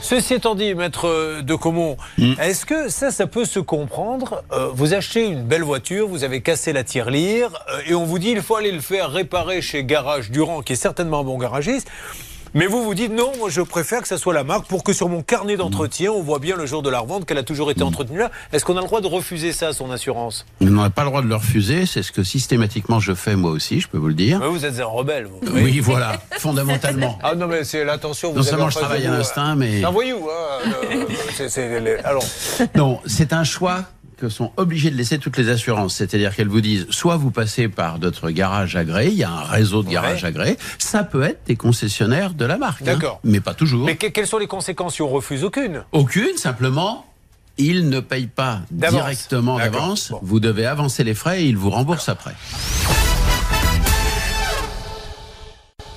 Ceci étant dit, maître de Comont, mm. est-ce que ça, ça peut se comprendre euh, Vous achetez une belle voiture, vous avez cassé la tirelire, euh, et on vous dit il faut aller le faire réparer chez Garage Durand, qui est certainement un bon garagiste. Mais vous vous dites non, moi je préfère que ça soit la marque pour que sur mon Mm. carnet d'entretien, on voit bien le jour de la revente qu'elle a toujours été entretenue là. Est-ce qu'on a le droit de refuser ça à son assurance On n'a pas le droit de le refuser, c'est ce que systématiquement je fais moi aussi, je peux vous le dire. Mais vous êtes un rebelle, vous. Oui, oui voilà, fondamentalement. Ah non, mais c'est l'attention. Non seulement je travaille à l'instinct, mais. euh, C'est un voyou, hein. Euh, c'est, c'est les... Alors. Non, c'est un choix que sont obligées de laisser toutes les assurances. C'est-à-dire qu'elles vous disent, soit vous passez par d'autres garages agréés, il y a un réseau de garages ouais. agréés, ça peut être des concessionnaires de la marque. D'accord. Hein, mais pas toujours. Mais que, quelles sont les conséquences si on refuse aucune Aucune, simplement, ils ne payent pas d'avance. directement D'accord. d'avance. Bon. Vous devez avancer les frais et ils vous remboursent après.